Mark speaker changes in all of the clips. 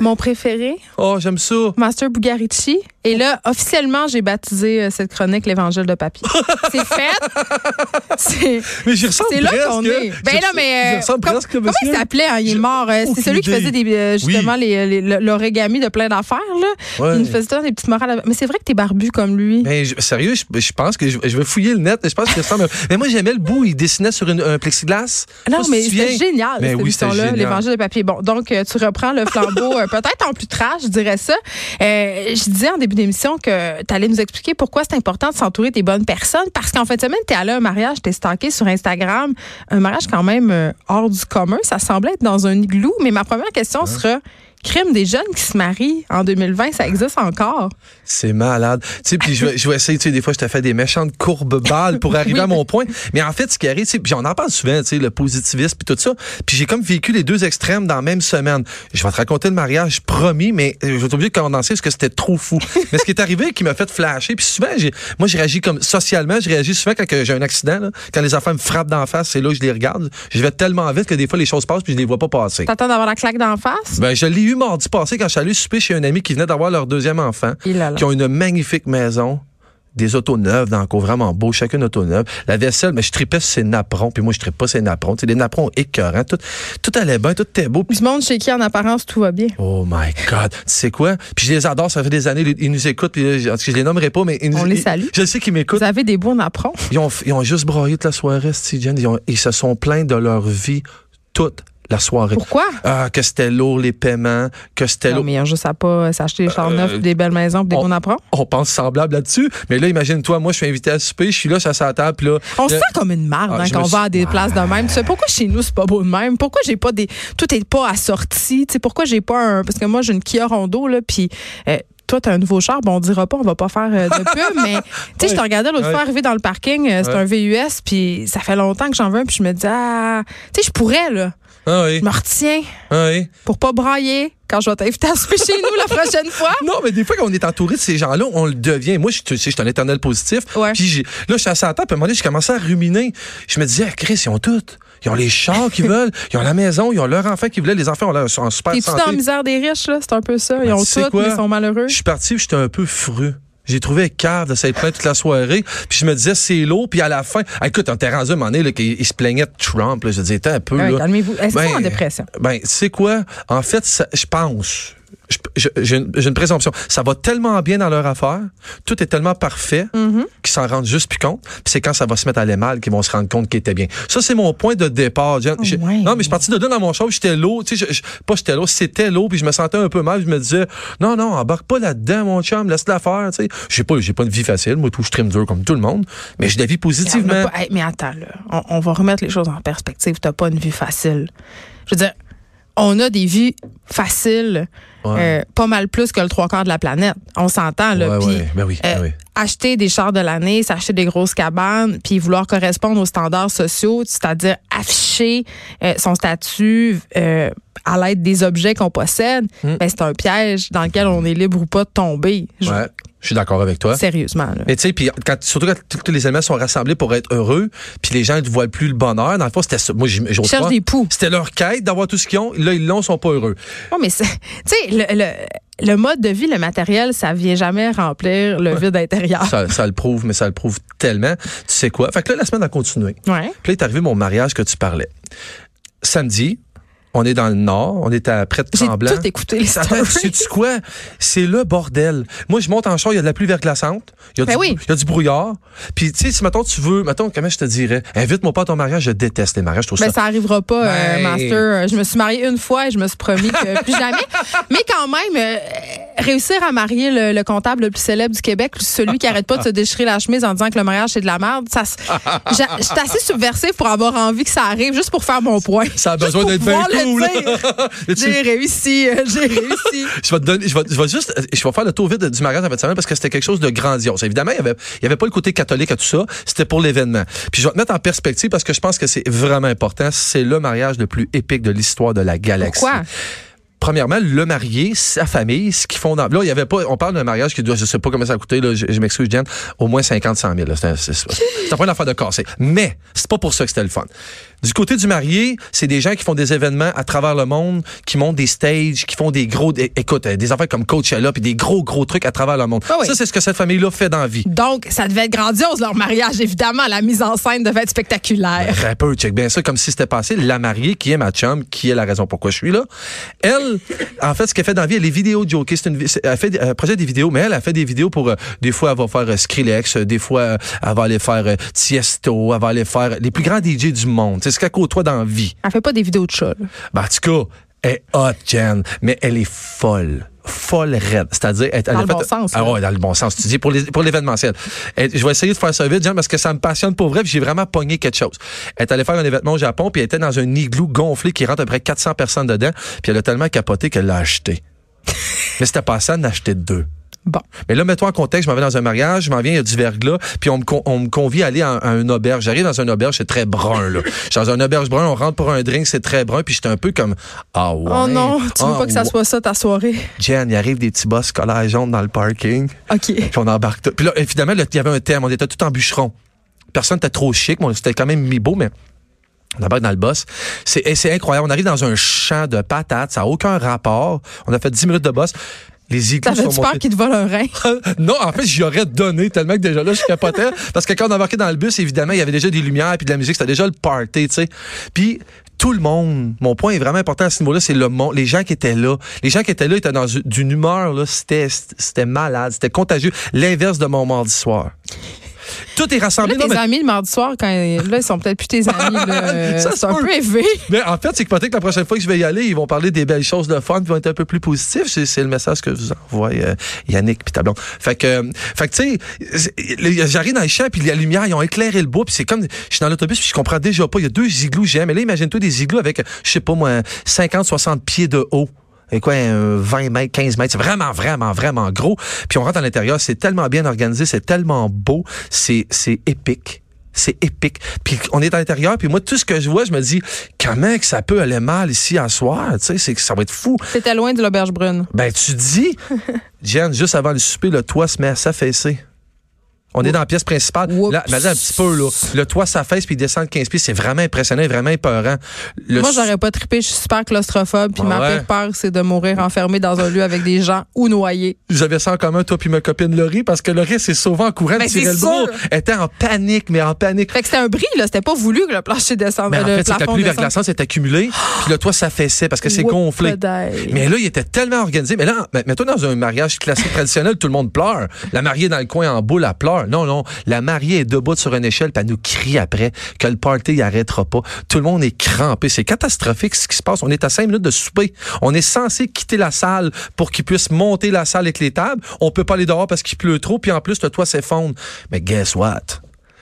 Speaker 1: Mon préféré,
Speaker 2: Oh, j'aime ça.
Speaker 1: Master Bugarici. Et là, officiellement, j'ai baptisé euh, cette chronique l'Évangile de papier. C'est fait. C'est
Speaker 2: Mais j'y ressemble
Speaker 1: c'est là
Speaker 2: presque.
Speaker 1: qu'on est. Ben
Speaker 2: J'y
Speaker 1: non, mais, euh,
Speaker 2: j'y ressemble
Speaker 1: comme-
Speaker 2: presque,
Speaker 1: Comment il
Speaker 2: monsieur.
Speaker 1: s'appelait? hein? Il est
Speaker 2: J'ai
Speaker 1: mort. euh, C'est
Speaker 2: aucune
Speaker 1: celui qui
Speaker 2: idée.
Speaker 1: faisait des, euh, justement les- les- le- l'origami de plein d'affaires. là.
Speaker 2: Ouais.
Speaker 1: Il nous faisait toujours des petites morales. avec- Mais c'est vrai que t'es barbu comme lui.
Speaker 2: Ben, je- sérieux, je, je pense que je, je vais fouiller le net. Je pense que ça ressemble. mais moi, j'aimais le bout. Il dessinait sur une, un plexiglas. Je sais
Speaker 1: non,
Speaker 2: pas si
Speaker 1: mais
Speaker 2: tu te
Speaker 1: c'était
Speaker 2: souviens.
Speaker 1: génial,
Speaker 2: Mais
Speaker 1: cette
Speaker 2: Ben oui, c'était
Speaker 1: émission-là,
Speaker 2: génial.
Speaker 1: l'Évangile de papier. Bon, donc, euh, tu reprends le flambeau, euh, peut-être en plus trash, je dirais ça. Euh, je disais en début d'émission que tu allais nous expliquer pourquoi c'est important de s'entourer des bonnes personnes, parce qu'en fin de semaine, tu es allé à un mariage, tu es stalké sur Instagram, un mariage quand même euh, hors du commun. Ça semblait être dans un igloo, mais ma première question sera, crime des jeunes qui se marient en 2020, ça existe encore?
Speaker 2: C'est malade. Tu sais, puis je, vais- je vais essayer, tu sais, des fois, je te fais des méchantes courbes balles pour arriver à mon point. Mais en fait, ce qui arrive, tu sais, puis on en parle souvent, tu sais, le positivisme puis tout ça. Puis j'ai comme vécu les deux extrêmes dans la même semaine. Je vais te raconter le mariage, promis, mais euh, je vais t'oublier de condenser parce que c'était trop fou. mais ce qui est arrivé qui m'a fait flasher, puis souvent, j'ai, moi, je réagis comme, socialement, je réagis souvent quand que j'ai un accident, là. quand les enfants me frappent d'en face, c'est là que je les regarde. Je vais tellement vite que des fois, les choses passent puis je les vois pas passer.
Speaker 1: T'attends d'avoir la claque d'en face?
Speaker 2: Ben, je l'ai eu mardi passé quand je suis allé souper chez un ami qui venait d'avoir leur deuxième enfant,
Speaker 1: Et là là.
Speaker 2: qui ont une magnifique maison, des autos neuves dans le cours, vraiment beau, chacune auto neuve. La vaisselle, mais je tripais sur ses napperons, puis moi, je tripe pas ses napperons. C'est des napperons écœurants. Tout, tout allait bien, tout était beau. puis-
Speaker 1: Du monde chez qui, en apparence, tout va bien.
Speaker 2: Oh my God, tu sais quoi? Puis je les adore, ça fait des années, ils nous écoutent, puis là, je, en tout cas, je les nommerai pas, mais ils nous-
Speaker 1: On les
Speaker 2: ils-
Speaker 1: salue.
Speaker 2: Je sais qu'ils m'écoutent.
Speaker 1: Vous avez des bons napperons.
Speaker 2: Ils ont, ils ont juste broyé toute la soirée, Steve Jen. Ils, ont- ils se sont plaints de leur vie toute la soirée.
Speaker 1: Pourquoi?
Speaker 2: Ah, que c'était lourd les paiements, que c'était
Speaker 1: Non,
Speaker 2: lourd.
Speaker 1: mais ils ont juste à pas s'acheter des chars
Speaker 2: Euh,
Speaker 1: neufs, des belles maisons, puis des
Speaker 2: on-
Speaker 1: bons apprends.
Speaker 2: on pense semblable là-dessus. Mais là, imagine-toi, moi, je suis invité à souper, je suis là, ça à la table, puis là.
Speaker 1: On se
Speaker 2: le-
Speaker 1: sent comme une merde
Speaker 2: Ah,
Speaker 1: hein,
Speaker 2: je
Speaker 1: quand
Speaker 2: me
Speaker 1: on va à des
Speaker 2: suis-
Speaker 1: places de même. Tu sais, pourquoi chez nous, c'est pas beau de même? Pourquoi j'ai pas des. Tout est pas assorti? Tu sais, pourquoi j'ai pas un. Parce que moi, j'ai une Kia Rondo, là, puis. euh, toi, t'as un nouveau char, bon, on dira pas, on va pas faire euh, de pub, mais tu sais, je te
Speaker 2: Ouais.
Speaker 1: regardais l'autre
Speaker 2: Ouais.
Speaker 1: fois arriver dans le parking, euh, c'est
Speaker 2: Ouais.
Speaker 1: un VUS, puis ça fait longtemps que j'en veux un, puis je me dis, ah, tu sais, je pourrais, là,
Speaker 2: Ah oui,
Speaker 1: je me retiens
Speaker 2: ah oui.
Speaker 1: pour pas brailler quand je vais t'inviter à souper chez nous la prochaine fois.
Speaker 2: Non, mais des fois, quand on est entouré de ces gens-là, on le devient. Moi, je, tu sais, je suis un éternel positif.
Speaker 1: Ouais.
Speaker 2: Puis j'ai- là, je suis assis à la table, puis à un moment donné, je commençais à ruminer. Je me disais, ah, Chris, ils ont tout. Ils ont les chars qu'ils veulent, ils ont la maison, ils ont leur enfant qu'ils voulaient, les enfants ont leur, sont en super
Speaker 1: T'es-tu
Speaker 2: santé.
Speaker 1: dans la misère des riches, là? C'est un peu ça. Ils
Speaker 2: Ben,
Speaker 1: ont
Speaker 2: tu sais
Speaker 1: tout,
Speaker 2: quoi?
Speaker 1: mais ils sont malheureux.
Speaker 2: Je suis parti, puis j'étais un peu fru. J'ai trouvé cave de s'être plaint toute la soirée. Puis je me disais, c'est lourd. Puis à la fin, ah, écoute, on était rendu à un moment donné, là, qu'il- il se plaignait de Trump. Là, je disais, Attends un peu.
Speaker 1: Ah Ouais,
Speaker 2: là.
Speaker 1: Calmez-vous. Est-ce qu'ils
Speaker 2: Ben,
Speaker 1: sont en dépression?
Speaker 2: Ben, tu sais quoi? En fait, ça- je pense. je- je- J'ai une, j'ai une présomption. Ça va tellement bien dans leur affaire, tout est tellement parfait
Speaker 1: Mm-hmm.
Speaker 2: qu'ils s'en rendent juste plus compte. Puis c'est quand ça va se mettre à aller mal qu'ils vont se rendre compte qu'ils étaient bien. Ça, c'est mon point de départ. Jen. J'ai-
Speaker 1: Ah ouais.
Speaker 2: Non, mais je suis parti de là dans mon show, j'étais lourd. Tu sais, je- je- pas j'étais lourd, c'était lourd, puis je me sentais un peu mal. Je me disais, non, non, embarque pas là-dedans, mon chum, laisse-la faire. Tu sais, j'ai pas, j'ai pas une vie facile. Moi, tout, je trime dur comme tout le monde, mais j'ai de la vie
Speaker 1: On
Speaker 2: positivement.
Speaker 1: a pas- Hey, mais attends, là. On, on va remettre les choses en perspective. T'as pas une vie facile. Je veux dire, on a des vies faciles,
Speaker 2: Ouais.
Speaker 1: euh, pas mal plus que le trois quarts de la planète. On s'entend, là.
Speaker 2: Ouais,
Speaker 1: Puis,
Speaker 2: ouais. Ben oui,
Speaker 1: euh,
Speaker 2: ben oui.
Speaker 1: Acheter des chars de l'année, s'acheter des grosses cabanes, puis vouloir correspondre aux standards sociaux, c'est-à-dire afficher euh, son statut euh, à l'aide des objets qu'on possède,
Speaker 2: Hmm.
Speaker 1: ben, c'est un piège dans lequel on est libre ou pas de tomber. Je-
Speaker 2: Ouais, je suis d'accord avec toi.
Speaker 1: Sérieusement, là.
Speaker 2: Mais tu sais, puis quand- surtout quand tous- tous les éléments sont rassemblés pour être heureux, puis les gens ne voient plus le bonheur. Dans le fond, c'était ça. Moi, j'y- j'ose
Speaker 1: Ils cherchent
Speaker 2: pas.
Speaker 1: des poux.
Speaker 2: C'était leur quête d'avoir tout ce qu'ils ont. Là, ils l'ont, ils sont pas heureux.
Speaker 1: Non, mais c'est- tu sais, le, le- le mode de vie, le matériel, ça vient jamais remplir le vide intérieur.
Speaker 2: Ça, ça le prouve, mais ça le prouve tellement. Tu sais quoi? Fait que là, la semaine a continué.
Speaker 1: Ouais.
Speaker 2: Puis là, est arrivé mon mariage que tu parlais. Samedi, on est dans le Nord, on est à près de
Speaker 1: J'ai
Speaker 2: Tremblant.
Speaker 1: tout écouté les
Speaker 2: Attends,
Speaker 1: stories.
Speaker 2: sais-tu quoi? C'est le bordel. Moi, je monte en char, il y a de la pluie verglaçante, il y a,
Speaker 1: Ben
Speaker 2: du,
Speaker 1: oui.
Speaker 2: il y a du brouillard. Puis, tu sais, si mettons, tu veux, mettons, comment je te dirais, invite-moi pas à ton mariage, je déteste les mariages, je trouve
Speaker 1: Mais
Speaker 2: ça.
Speaker 1: Ben, ça arrivera pas, euh,
Speaker 2: Ben.
Speaker 1: Master. Euh, Je me suis mariée une fois et je me suis promis que plus jamais. Mais quand même, euh, réussir à marier le, le comptable le plus célèbre du Québec, celui qui arrête pas de se déchirer la chemise en disant que le mariage c'est de la merde, ça, se- j'a- je suis assez subversive pour avoir envie que ça arrive, juste pour faire mon point.
Speaker 2: Ça a
Speaker 1: Juste
Speaker 2: besoin
Speaker 1: pour
Speaker 2: d'être bien
Speaker 1: pouvoir le dire.
Speaker 2: cool. Mais tu-
Speaker 1: J'ai réussi, euh, j'ai réussi.
Speaker 2: je vais te donner, je vais, je vais juste, je vais faire le tour vite du mariage en fin de semaine parce que c'était quelque chose de grandiose. Évidemment, il y avait, il y avait pas le côté catholique à tout ça. C'était pour l'événement. Puis je vais te mettre en perspective parce que je pense que c'est vraiment important. C'est le mariage le plus épique de l'histoire de la galaxie.
Speaker 1: Pourquoi?
Speaker 2: Premièrement, le marié, sa famille, ce qu'ils font dans. Là, il y avait pas. On parle d'un mariage qui doit, je sais pas comment ça a coûté, là, je, je m'excuse, Jen, au moins 50, 100 000. là. C'est un- C'est c'est- c'est pas une affaire de casser. Mais, c'est pas pour ça que c'était le fun. Du côté du marié, c'est des gens qui font des événements à travers le monde, qui montent des stages, qui font des gros, é- écoute, euh, des affaires comme Coachella, puis des gros, gros trucs à travers le monde.
Speaker 1: Ah oui.
Speaker 2: Ça, c'est ce que cette famille-là fait dans la vie.
Speaker 1: Donc, ça devait être grandiose, leur mariage. Évidemment, la mise en scène devait être spectaculaire.
Speaker 2: Rappeur, Ben, check bien ça, comme si c'était passé. La mariée, qui est ma chum, qui est la raison pourquoi je suis là, elle, en fait, ce qu'elle fait dans la vie, elle est vidéo jockey. C'est une, vi- c'est- elle fait, des- elle projette des vidéos, mais elle, a fait des vidéos pour, euh, des fois, elle va faire euh, Skrillex, euh, des fois, euh, elle va aller faire euh, Tiesto, elle va aller faire les plus grands DJ du monde. C'est ce qu'elle côtoie dans la vie.
Speaker 1: Elle fait pas des vidéos de chat. là.
Speaker 2: Ben, en tout cas, elle est hot, Jen, mais elle est folle. Folle raide. C'est-à-dire, elle, elle
Speaker 1: Dans
Speaker 2: a
Speaker 1: le
Speaker 2: fait-
Speaker 1: bon sens,
Speaker 2: Ah
Speaker 1: là.
Speaker 2: ouais, dans le bon sens. Tu dis pour les- pour l'événementiel. Elle- Je vais essayer de faire ça vite, Jen, parce que ça me passionne pour vrai, puis j'ai vraiment pogné quelque chose. Elle est allée faire un événement au Japon, puis elle était dans un igloo gonflé qui rentre à peu près 400 personnes dedans, puis elle a tellement capoté qu'elle l'a acheté. mais c'était pas ça, d'en acheter deux.
Speaker 1: Bon.
Speaker 2: Mais là, mets-toi en contexte, je m'en vais dans un mariage, je m'en viens, il y a du verglas, puis on me, con- on me convie à aller à, à une auberge. J'arrive dans une auberge, c'est très brun, là. Je suis dans une auberge brun, on rentre pour un drink, c'est très brun, puis j'étais un peu comme, ah ouais.
Speaker 1: Oh non, tu veux
Speaker 2: ah
Speaker 1: pas que ça
Speaker 2: ouais.
Speaker 1: soit ça ta soirée.
Speaker 2: Jen, il arrive des petits boss scolaires jaunes dans le parking,
Speaker 1: OK.
Speaker 2: puis on embarque. tout. Puis là, évidemment, là, il y avait un thème, on était tout en bûcheron. Personne n'était trop chic, mais on- c'était quand même mi-beau, mais... On embarque dans le boss. C'est et c'est incroyable. On arrive dans un champ de patates. Ça n'a aucun rapport. On a fait 10 minutes de boss. Les igloos sont
Speaker 1: T'avais-tu peur
Speaker 2: montés Ah,
Speaker 1: qu'ils te volent un rein?
Speaker 2: non, en fait, j'y aurais donné tellement que déjà là, je capotais. Parce que quand on embarquait dans le bus, évidemment, il y avait déjà des lumières puis de la musique. C'était déjà le party, tu sais. Puis tout le monde, mon point est vraiment important à ce niveau-là, c'est le monde, les gens qui étaient là. Les gens qui étaient là étaient dans une- d'une humeur, là, c'était, c'était malade, c'était contagieux. L'inverse de mon mardi soir. Tout est rassemblé.
Speaker 1: Là,
Speaker 2: Non,
Speaker 1: tes
Speaker 2: mais-
Speaker 1: amis le mardi soir, quand là, ils sont peut-être plus tes amis. là.
Speaker 2: Ça se
Speaker 1: C'est un
Speaker 2: peut.
Speaker 1: peu élevé.
Speaker 2: Mais en fait, c'est que peut-être que la prochaine fois que je vais y aller, ils vont parler des belles choses de fun, puis vont être un peu plus positifs. C'est, c'est le message que je vous envoie euh, Yannick puis Tablon. Fait que, euh, fait que tu sais, c'est- le- j'arrive dans les champs puis la lumière, ils ont éclairé le bois, puis c'est comme, je suis dans l'autobus puis je comprends déjà pas. Il y a deux igloos j'aime, mais là imagine-toi des igloos avec, je sais pas moi, 50, 60 pieds de haut. Et quoi, un 20 mètres, 15 mètres, c'est vraiment, vraiment, vraiment gros. Puis on rentre à l'intérieur, c'est tellement bien organisé, c'est tellement beau, c'est, c'est épique. C'est épique. Puis on est à l'intérieur, puis moi, tout ce que je vois, je me dis, comment que ça peut aller mal ici à soir? Tu sais, c'est que ça va être fou.
Speaker 1: C'était loin de l'auberge brune.
Speaker 2: Ben, tu dis, Jen, juste avant le souper, le toit se met à s'affaisser. On est dans la pièce principale.
Speaker 1: Oups.
Speaker 2: Là, imagine un petit peu, là. Le toit s'affaisse, puis il descend de 15 pieds. C'est vraiment impressionnant, et vraiment épeurant. Le
Speaker 1: Moi,
Speaker 2: sou-
Speaker 1: j'aurais pas trippé. Je suis super claustrophobe. Puis
Speaker 2: Ah
Speaker 1: ma
Speaker 2: ouais?
Speaker 1: pire peur, c'est de mourir enfermée dans un lieu avec des gens ou noyée.
Speaker 2: J'avais ça en commun, toi puis ma copine Laurie, parce que Laurie s'est sauvée en courant de
Speaker 1: Ben,
Speaker 2: tirer
Speaker 1: c'est
Speaker 2: le bras.
Speaker 1: sûr.
Speaker 2: Elle était en panique, mais en panique.
Speaker 1: Fait que c'était un bris, là. C'était pas voulu que le plancher descende.
Speaker 2: Mais Ben, en
Speaker 1: Ben, le
Speaker 2: fait, c'est que la
Speaker 1: plafond
Speaker 2: pluie
Speaker 1: descende.
Speaker 2: verglaçante s'est accumulée, puis le toit s'affaissait parce que c'est
Speaker 1: Whoop,
Speaker 2: gonflé.
Speaker 1: pedaille.
Speaker 2: Mais là, il était tellement organisé. Mais là, mais- mettons dans un mariage classique traditionnel, tout le monde pleure. La mariée dans le coin en boule, elle pleure. Non, non. La mariée est debout sur une échelle, puis elle nous crie après que le party il arrêtera pas. Tout le monde est crampé. C'est catastrophique ce qui se passe. On est à cinq minutes de souper. On est censé quitter la salle pour qu'ils puissent monter la salle avec les tables. On peut pas aller dehors parce qu'il pleut trop, puis en plus, le toit s'effondre. Mais guess what?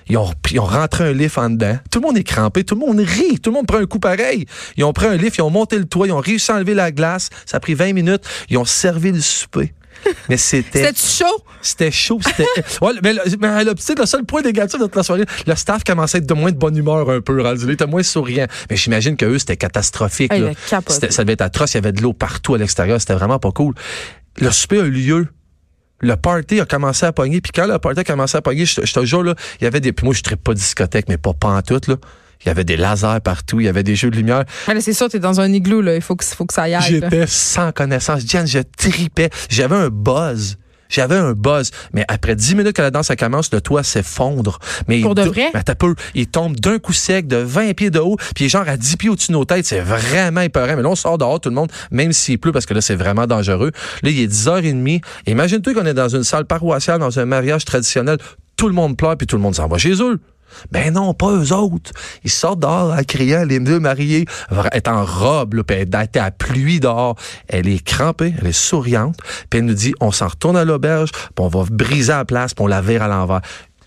Speaker 2: Ils ont, ils ont rentré un lift en dedans. Tout le monde est crampé, tout le monde rit, tout le monde prend un coup pareil. Ils ont pris un lift, ils ont monté le toit, ils ont réussi à enlever la glace. Ça a pris 20 minutes. Ils ont servi le souper. Mais c'était
Speaker 1: C'était-tu chaud?
Speaker 2: c'était chaud, c'était ouais, mais le, mais le, petit- le seul point négatif de la soirée, le staff commençait à être de moins de bonne humeur un peu, rendu là, il était moins souriant. Mais j'imagine que eux c'était catastrophique
Speaker 1: Ah, il
Speaker 2: là.
Speaker 1: a capoté.
Speaker 2: C'était- ça devait être atroce, il y avait de l'eau partout à l'extérieur, c'était vraiment pas cool. Le souper a eu lieu le party a commencé à pogner. Puis quand le party a commencé à pogner, je, te- je te jure, là, il y avait des. Puis moi, je ne pas discothèque, mais pas pantoute, là. Il y avait des lasers partout, il y avait des jeux de lumière.
Speaker 1: Ah, Mais là, c'est sûr, t'es dans un igloo, là. Il faut que, faut que ça y aille. là.
Speaker 2: J'étais sans connaissance. Jen, je tripais. J'avais un buzz. J'avais un buzz. Mais après 10 minutes que la danse elle commence, le toit s'effondre. Mais
Speaker 1: Pour
Speaker 2: il
Speaker 1: de
Speaker 2: do-
Speaker 1: vrai?
Speaker 2: Mais attends un peu. Il tombe d'un coup sec de 20 pieds de haut, puis il est genre à 10 pieds au-dessus de nos têtes. C'est vraiment épeurant. Mais là, on sort dehors, tout le monde, même s'il pleut, parce que là, c'est vraiment dangereux. Là, il est 10h30. Imagine-toi qu'on est dans une salle paroissiale, dans un mariage traditionnel. Tout le monde pleure, puis tout le monde s'en va chez eux. Ben non, pas eux autres. Ils sortent dehors en criant, les deux mariés, vra- elle est en robe, là, puis elle est à la pluie dehors. Elle est crampée, elle est souriante, puis elle nous dit, on s'en retourne à l'auberge, puis on va briser la place, puis on la vire à l'envers.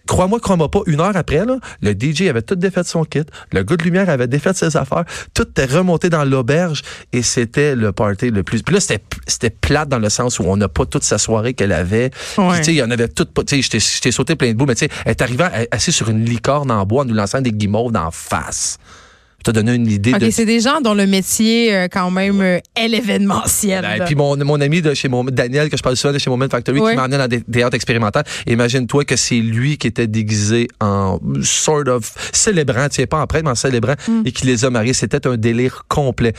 Speaker 2: Crois-moi, crois-moi pas, une heure après, là, le DJ avait tout défait de son kit, le gars de lumière avait défait de ses affaires, tout était remonté dans l'auberge et c'était le party le plus. Puis là, c'était, c'était plate dans le sens où on n'a pas toute sa soirée qu'elle avait. Puis,
Speaker 1: Ouais.
Speaker 2: tu sais, il y en avait toutes pas. Tu sais, je t'ai- je t'ai sauté plein de bouts, mais tu sais, elle est arrivée assise sur une licorne en bois en nous lançant des guimauves d'en face. te donner une idée
Speaker 1: OK,
Speaker 2: de
Speaker 1: c'est des gens dont le métier, euh, quand même, euh, est l'événementiel.
Speaker 2: Et
Speaker 1: là.
Speaker 2: Ben, puis mon, mon ami de chez mon Daniel que je parle souvent de chez Moment Factory
Speaker 1: Oui.
Speaker 2: qui m'emmenait dans des théâtres expérimentales. Imagine-toi que c'est lui qui était déguisé en sort of célébrant, tu sais pas en prêtre mais en célébrant
Speaker 1: Mm.
Speaker 2: et qui les a mariés, c'était un délire complet.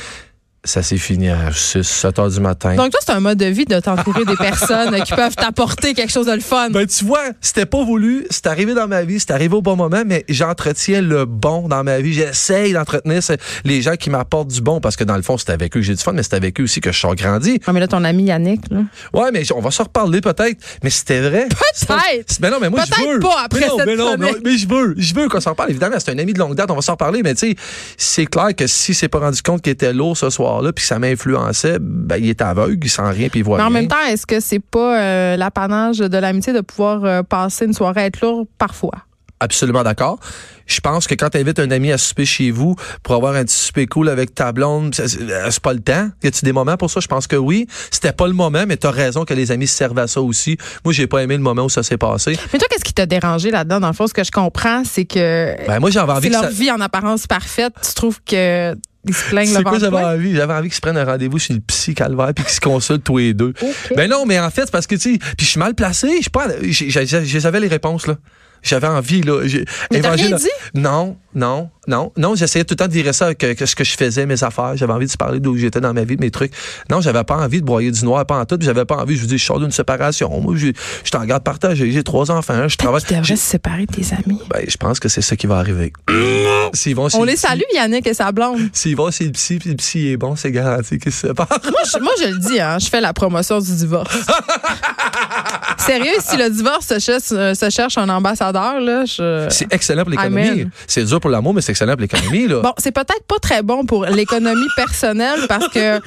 Speaker 2: Ça s'est fini à 6 7 heures du matin.
Speaker 1: Donc, toi, c'est un mode de vie de t'entourer des personnes euh, qui peuvent t'apporter quelque chose de le fun.
Speaker 2: ben tu vois, c'était pas voulu, c'est arrivé dans ma vie, c'est arrivé au bon moment, mais j'entretiens le bon dans ma vie. J'essaye d'entretenir ce- les gens qui m'apportent du bon parce que dans le fond, c'est avec eux que j'ai du fun, mais c'est avec eux aussi que je suis grandi.
Speaker 1: Ah, mais là, ton ami Yannick, là.
Speaker 2: Ouais, mais on va se reparler peut-être. Mais c'était vrai.
Speaker 1: Peut-être.
Speaker 2: Mais ben non, mais moi, je
Speaker 1: Peut-être
Speaker 2: veux.
Speaker 1: pas après
Speaker 2: mais non,
Speaker 1: cette
Speaker 2: mais non, mais,
Speaker 1: semaine.
Speaker 2: mais je veux. Je veux qu'on s'en parle. Évidemment, c'est un ami de longue date. On va s'en parler. Mais tu sais, c'est clair que si s'est pas rendu compte qu'il était lourd ce soir-là, puis que ça m'influençait, ben, il est aveugle, il sent rien, puis il voit
Speaker 1: Mais en
Speaker 2: rien.
Speaker 1: même temps, est-ce que c'est pas euh, l'apanage de l'amitié de pouvoir euh, passer une soirée à être lourd parfois?
Speaker 2: Absolument d'accord. Je pense que quand t'invites un ami à souper chez vous pour avoir un petit souper cool avec ta blonde, c'est- c'est c'est pas le temps. Y a-tu des moments pour ça? Je pense que oui. C'était pas le moment, mais t'as raison que les amis se servent à ça aussi. Moi, j'ai pas aimé le moment où ça s'est passé.
Speaker 1: Mais toi, qu'est-ce qui t'a dérangé là-dedans? Dans le fond, ce que je comprends, c'est que
Speaker 2: Ben, moi, j'avais envie
Speaker 1: c'est
Speaker 2: que
Speaker 1: leur
Speaker 2: ça...
Speaker 1: vie en apparence parfaite. Tu trouves que ils se plaignent
Speaker 2: C'est
Speaker 1: le
Speaker 2: quoi
Speaker 1: ventre
Speaker 2: j'avais
Speaker 1: plein?
Speaker 2: envie? J'avais envie qu'ils se prennent un rendez-vous chez le psy calvaire puis qu'ils se consultent tous les deux.
Speaker 1: Ok.
Speaker 2: Ben non, mais en fait, c'est parce que tu sais, puis je suis mal placé, je suis pas j'ai- j'ai- j'ai- je savais les réponses là. J'avais envie là, j'ai
Speaker 1: Mais t'as rien
Speaker 2: Évangile-
Speaker 1: dit?
Speaker 2: Non, non, non. Non, j'essayais tout le temps de virer ça avec euh, que ce que je faisais, mes affaires, j'avais envie de se parler d'où j'étais dans ma vie, de mes trucs. Non, j'avais pas envie de broyer du noir pas en tout, puis j'avais pas envie, je vous dis je sors d'une séparation. Moi, je je t'en garde partagé, j'ai trois enfants, hein, je travaille.
Speaker 1: Peut-être qu'ils devraient
Speaker 2: J'ai-
Speaker 1: se séparer de tes amis.
Speaker 2: Ben, je pense que c'est ça qui va arriver. S'ils vont chez
Speaker 1: On
Speaker 2: le
Speaker 1: les
Speaker 2: psy-
Speaker 1: salue, Yannick et sa blonde.
Speaker 2: S'ils vont chez le psy, puis le psy est bon, c'est garanti qu'ils se séparent.
Speaker 1: Moi, je, moi, je le dis, hein, je fais la promotion du divorce. Sérieux, si le divorce se cherche, euh, se cherche un ambassadeur, là, je...
Speaker 2: C'est excellent pour l'économie.
Speaker 1: Amen.
Speaker 2: C'est dur pour l'amour, mais c'est excellent pour l'économie. Là.
Speaker 1: Bon, c'est peut-être pas très bon pour l'économie personnelle parce que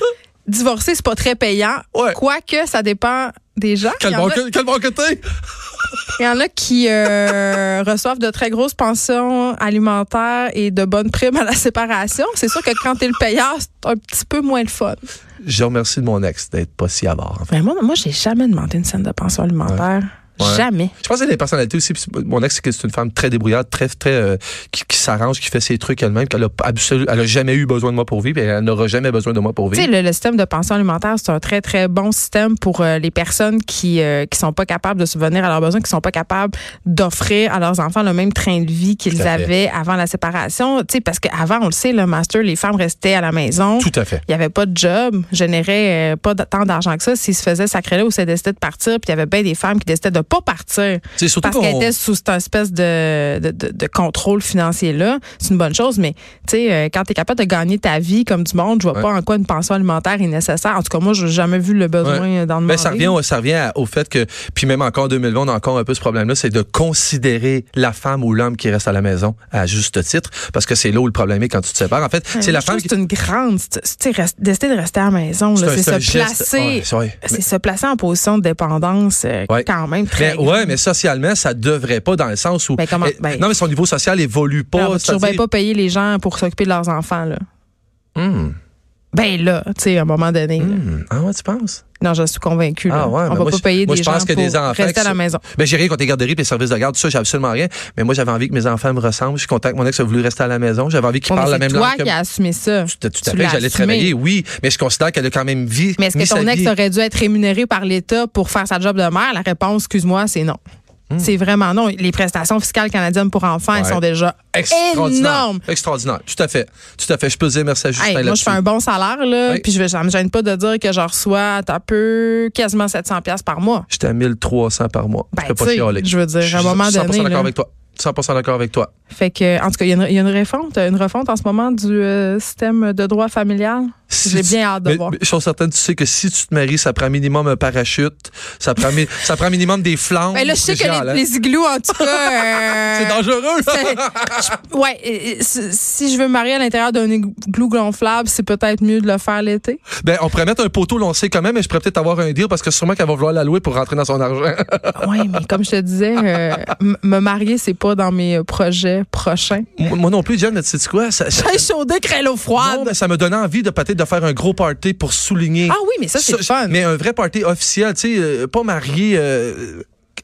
Speaker 1: divorcer, c'est pas très payant.
Speaker 2: Ouais.
Speaker 1: Quoique, ça dépend des gens. Il
Speaker 2: Quel
Speaker 1: y,
Speaker 2: bon,
Speaker 1: en a,
Speaker 2: quel bon côté!
Speaker 1: il y en a qui euh, reçoivent de très grosses pensions alimentaires et de bonnes primes à la séparation. C'est sûr que quand t'es le payeur, c'est un petit peu moins le fun.
Speaker 2: Je remercie de mon ex d'être pas si avare. en fait.
Speaker 1: Mais Ben, moi, moi j'ai jamais demandé une scène de pension alimentaire.
Speaker 2: Ouais.
Speaker 1: Jamais.
Speaker 2: Je pense que c'est des personnalités aussi. puis Mon ex, c'est que c'est une femme très débrouillarde, très, très, euh, qui, qui s'arrange, qui fait ses trucs elle-même, qu'elle a, absolu- elle a jamais eu besoin de moi pour vivre, et elle n'aura jamais besoin de moi pour
Speaker 1: Tu sais,
Speaker 2: vivre.
Speaker 1: le, le système de pension alimentaire, c'est un très, très bon système pour euh, les personnes qui ne sont pas capables de subvenir à leurs besoins, qui sont pas capables d'offrir à leurs enfants le même train de vie
Speaker 2: Tout
Speaker 1: qu'ils
Speaker 2: à fait.
Speaker 1: avaient avant la séparation. Tu sais, parce qu'avant, on le sait, le master, les femmes restaient à la maison.
Speaker 2: Tout à fait.
Speaker 1: Il n'y avait pas de job, générait euh, pas de- tant d'argent que ça. S'ils se faisaient sacrer là ou s'ils décidaient de partir, puis il y avait bien des femmes qui décidaient de pas partir
Speaker 2: C'est surtout
Speaker 1: parce qu'elle
Speaker 2: qu'on-
Speaker 1: était sous cette espèce de, de, de- de contrôle financier-là. C'est une bonne chose, mais tu sais, euh, quand tu es capable de gagner ta vie comme du monde, je vois
Speaker 2: Ouais.
Speaker 1: pas en quoi une pension alimentaire est nécessaire. En tout cas, moi, je jamais vu euh, le besoin
Speaker 2: Ouais.
Speaker 1: d'en demander.
Speaker 2: Ben, ça revient, au- ça revient à- au fait que, puis même encore en 2020, on a encore un peu ce problème-là, c'est de considérer la femme ou l'homme qui reste à la maison à juste titre, parce que c'est là où le problème est quand tu te sépares. En fait,
Speaker 1: Ouais,
Speaker 2: c'est la
Speaker 1: je trouve
Speaker 2: femme
Speaker 1: que
Speaker 2: qui...
Speaker 1: C'est une grande. c'est- c'est- tu sais, reste- Décider de rester à la maison, là,
Speaker 2: un-
Speaker 1: c'est se
Speaker 2: un geste.
Speaker 1: placer.
Speaker 2: Ouais, ouais.
Speaker 1: C'est se placer en position de dépendance euh,
Speaker 2: Ouais.
Speaker 1: quand même
Speaker 2: Mais,
Speaker 1: très.
Speaker 2: ouais, mais socialement, ça devrait pas dans le sens où.
Speaker 1: Ben, comment-
Speaker 2: Eh,
Speaker 1: ben-
Speaker 2: non, mais son niveau social évolue
Speaker 1: On
Speaker 2: pas.
Speaker 1: va toujours bien
Speaker 2: c'est-à-dire-
Speaker 1: pas payer les gens pour s'occuper de leurs enfants. Là.
Speaker 2: Hmm,
Speaker 1: Ben là, tu sais, à un moment donné. là.
Speaker 2: hmm. Ah ouais, tu penses?
Speaker 1: Non, je suis convaincue. là.
Speaker 2: Ah ouais,
Speaker 1: on
Speaker 2: ben
Speaker 1: va
Speaker 2: moi,
Speaker 1: pas
Speaker 2: je-
Speaker 1: payer
Speaker 2: moi,
Speaker 1: des
Speaker 2: je pense
Speaker 1: gens
Speaker 2: que
Speaker 1: pour
Speaker 2: des enfants
Speaker 1: rester
Speaker 2: qui
Speaker 1: à la
Speaker 2: sont-
Speaker 1: maison.
Speaker 2: Ben, j'ai rien contre les garderies et les services de garde, ça, j'ai absolument rien. Mais moi, j'avais envie que mes enfants me ressemblent. Je suis content que mon ex a voulu rester à la maison. J'avais envie qu'il
Speaker 1: Ouais, mais
Speaker 2: parle la
Speaker 1: c'est
Speaker 2: même
Speaker 1: toi
Speaker 2: langue que
Speaker 1: qui as assumé ça.
Speaker 2: Tout à- tout à
Speaker 1: Tu
Speaker 2: fait,
Speaker 1: l'as
Speaker 2: j'allais
Speaker 1: assumé.
Speaker 2: travailler, oui, mais je considère qu'elle a quand même vie.
Speaker 1: Mais est-ce que ton ex
Speaker 2: vie.
Speaker 1: aurait dû être rémunéré par l'État pour faire sa job de mère? La réponse, excuse-moi, c'est non. C'est vraiment non. Les prestations fiscales canadiennes pour enfants, elles
Speaker 2: Hmm. Ouais.
Speaker 1: sont déjà
Speaker 2: Extraordinaire.
Speaker 1: énormes.
Speaker 2: Extraordinaire. Tout à fait. Tout à fait. Je peux dire merci à Justin
Speaker 1: Hey, moi, je
Speaker 2: là-dessus.
Speaker 1: fais un bon salaire, là,
Speaker 2: Oui.
Speaker 1: puis je vais, ça me gêne pas de dire que je reçois un peu quasiment 700 pièces par mois.
Speaker 2: J'étais à 1300 par mois.
Speaker 1: Ben,
Speaker 2: je peux pas
Speaker 1: tu sais,
Speaker 2: chialer.
Speaker 1: je veux dire, à un
Speaker 2: suis
Speaker 1: moment
Speaker 2: 100%
Speaker 1: donné, là.
Speaker 2: d'accord avec toi. 100% d'accord avec toi.
Speaker 1: Fait que, en tout cas, il y, a une- il y a une refonte, une refonte en ce moment du euh, système de droit familial.
Speaker 2: Si
Speaker 1: J'ai
Speaker 2: tu-
Speaker 1: bien hâte de
Speaker 2: mais-
Speaker 1: voir.
Speaker 2: mais je suis certaine, tu sais que si tu te maries, ça prend minimum un parachute, ça prend, mi- ça prend minimum des flammes.
Speaker 1: Ben là, je sais que
Speaker 2: spéciales,
Speaker 1: les,
Speaker 2: hein.
Speaker 1: les igloos, en tout cas. euh,
Speaker 2: C'est dangereux.
Speaker 1: Je- ouais, et- et si si je veux me marier à l'intérieur d'un igloo gonflable, c'est peut-être mieux de le faire l'été.
Speaker 2: ben, on pourrait mettre un poteau lancé quand même, mais je pourrais peut-être avoir un deal parce que sûrement qu'elle va vouloir la louer pour rentrer dans son argent.
Speaker 1: Oui, Ah mais comme je te disais, euh, m- me marier, c'est pas dans mes euh, projets prochains.
Speaker 2: moi moi non plus, John, mais tu sais quoi? Ça, ça-
Speaker 1: J'ai chaudé l'eau froide.
Speaker 2: non, mais ça me donnait envie de peut-être de faire un gros party pour souligner.
Speaker 1: ah oui, mais ça, Ah, c'est le fun.
Speaker 2: Mais un vrai party officiel, tu sais, euh, pas marié. euh,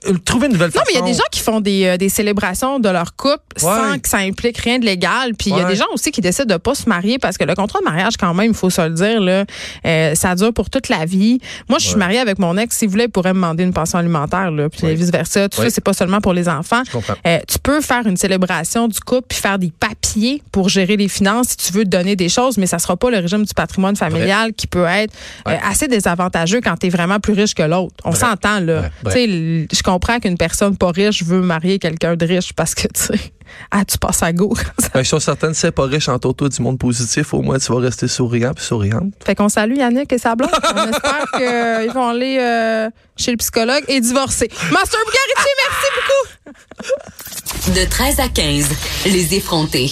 Speaker 2: euh, trouver une nouvelle
Speaker 1: Non,
Speaker 2: façon.
Speaker 1: mais il y a des gens qui font des, euh, des célébrations de leur couple sans
Speaker 2: Ouais.
Speaker 1: que ça implique rien de légal. Puis il y a
Speaker 2: Ouais.
Speaker 1: des gens aussi qui décident de pas se marier parce que le contrat de mariage, quand même, il faut se le dire, là, euh, ça dure pour toute la vie. Moi, je suis
Speaker 2: Ouais.
Speaker 1: mariée avec mon ex. S'il voulait, il pourrait me demander une pension alimentaire, là, puis
Speaker 2: Ouais.
Speaker 1: vice-versa. Tout
Speaker 2: Ouais.
Speaker 1: ça, c'est pas seulement pour les enfants.
Speaker 2: Je comprends.
Speaker 1: Euh, tu peux faire une célébration du couple puis faire des papiers pour gérer les finances si tu veux donner des choses, mais ça sera pas le régime du patrimoine familial qui peut être euh,
Speaker 2: Ouais.
Speaker 1: assez désavantageux quand tu es vraiment plus riche que l'autre. On
Speaker 2: Vrai.
Speaker 1: s'entend là.
Speaker 2: Ouais,
Speaker 1: Tu
Speaker 2: vrai.
Speaker 1: sais, l- je comprends qu'une personne pas riche veut marier quelqu'un de riche parce que tu sais, ah tu passes à go.
Speaker 2: Ben, je suis certaine, si c'est pas riche, entoure-toi du monde positif. Au moins, tu vas rester souriant puis souriante.
Speaker 1: fait qu'on salue Yannick et sa blonde. On espère qu'ils vont aller euh, chez le psychologue et divorcer. Master Bugarici, merci beaucoup.
Speaker 3: De 13 à 15, les effrontés.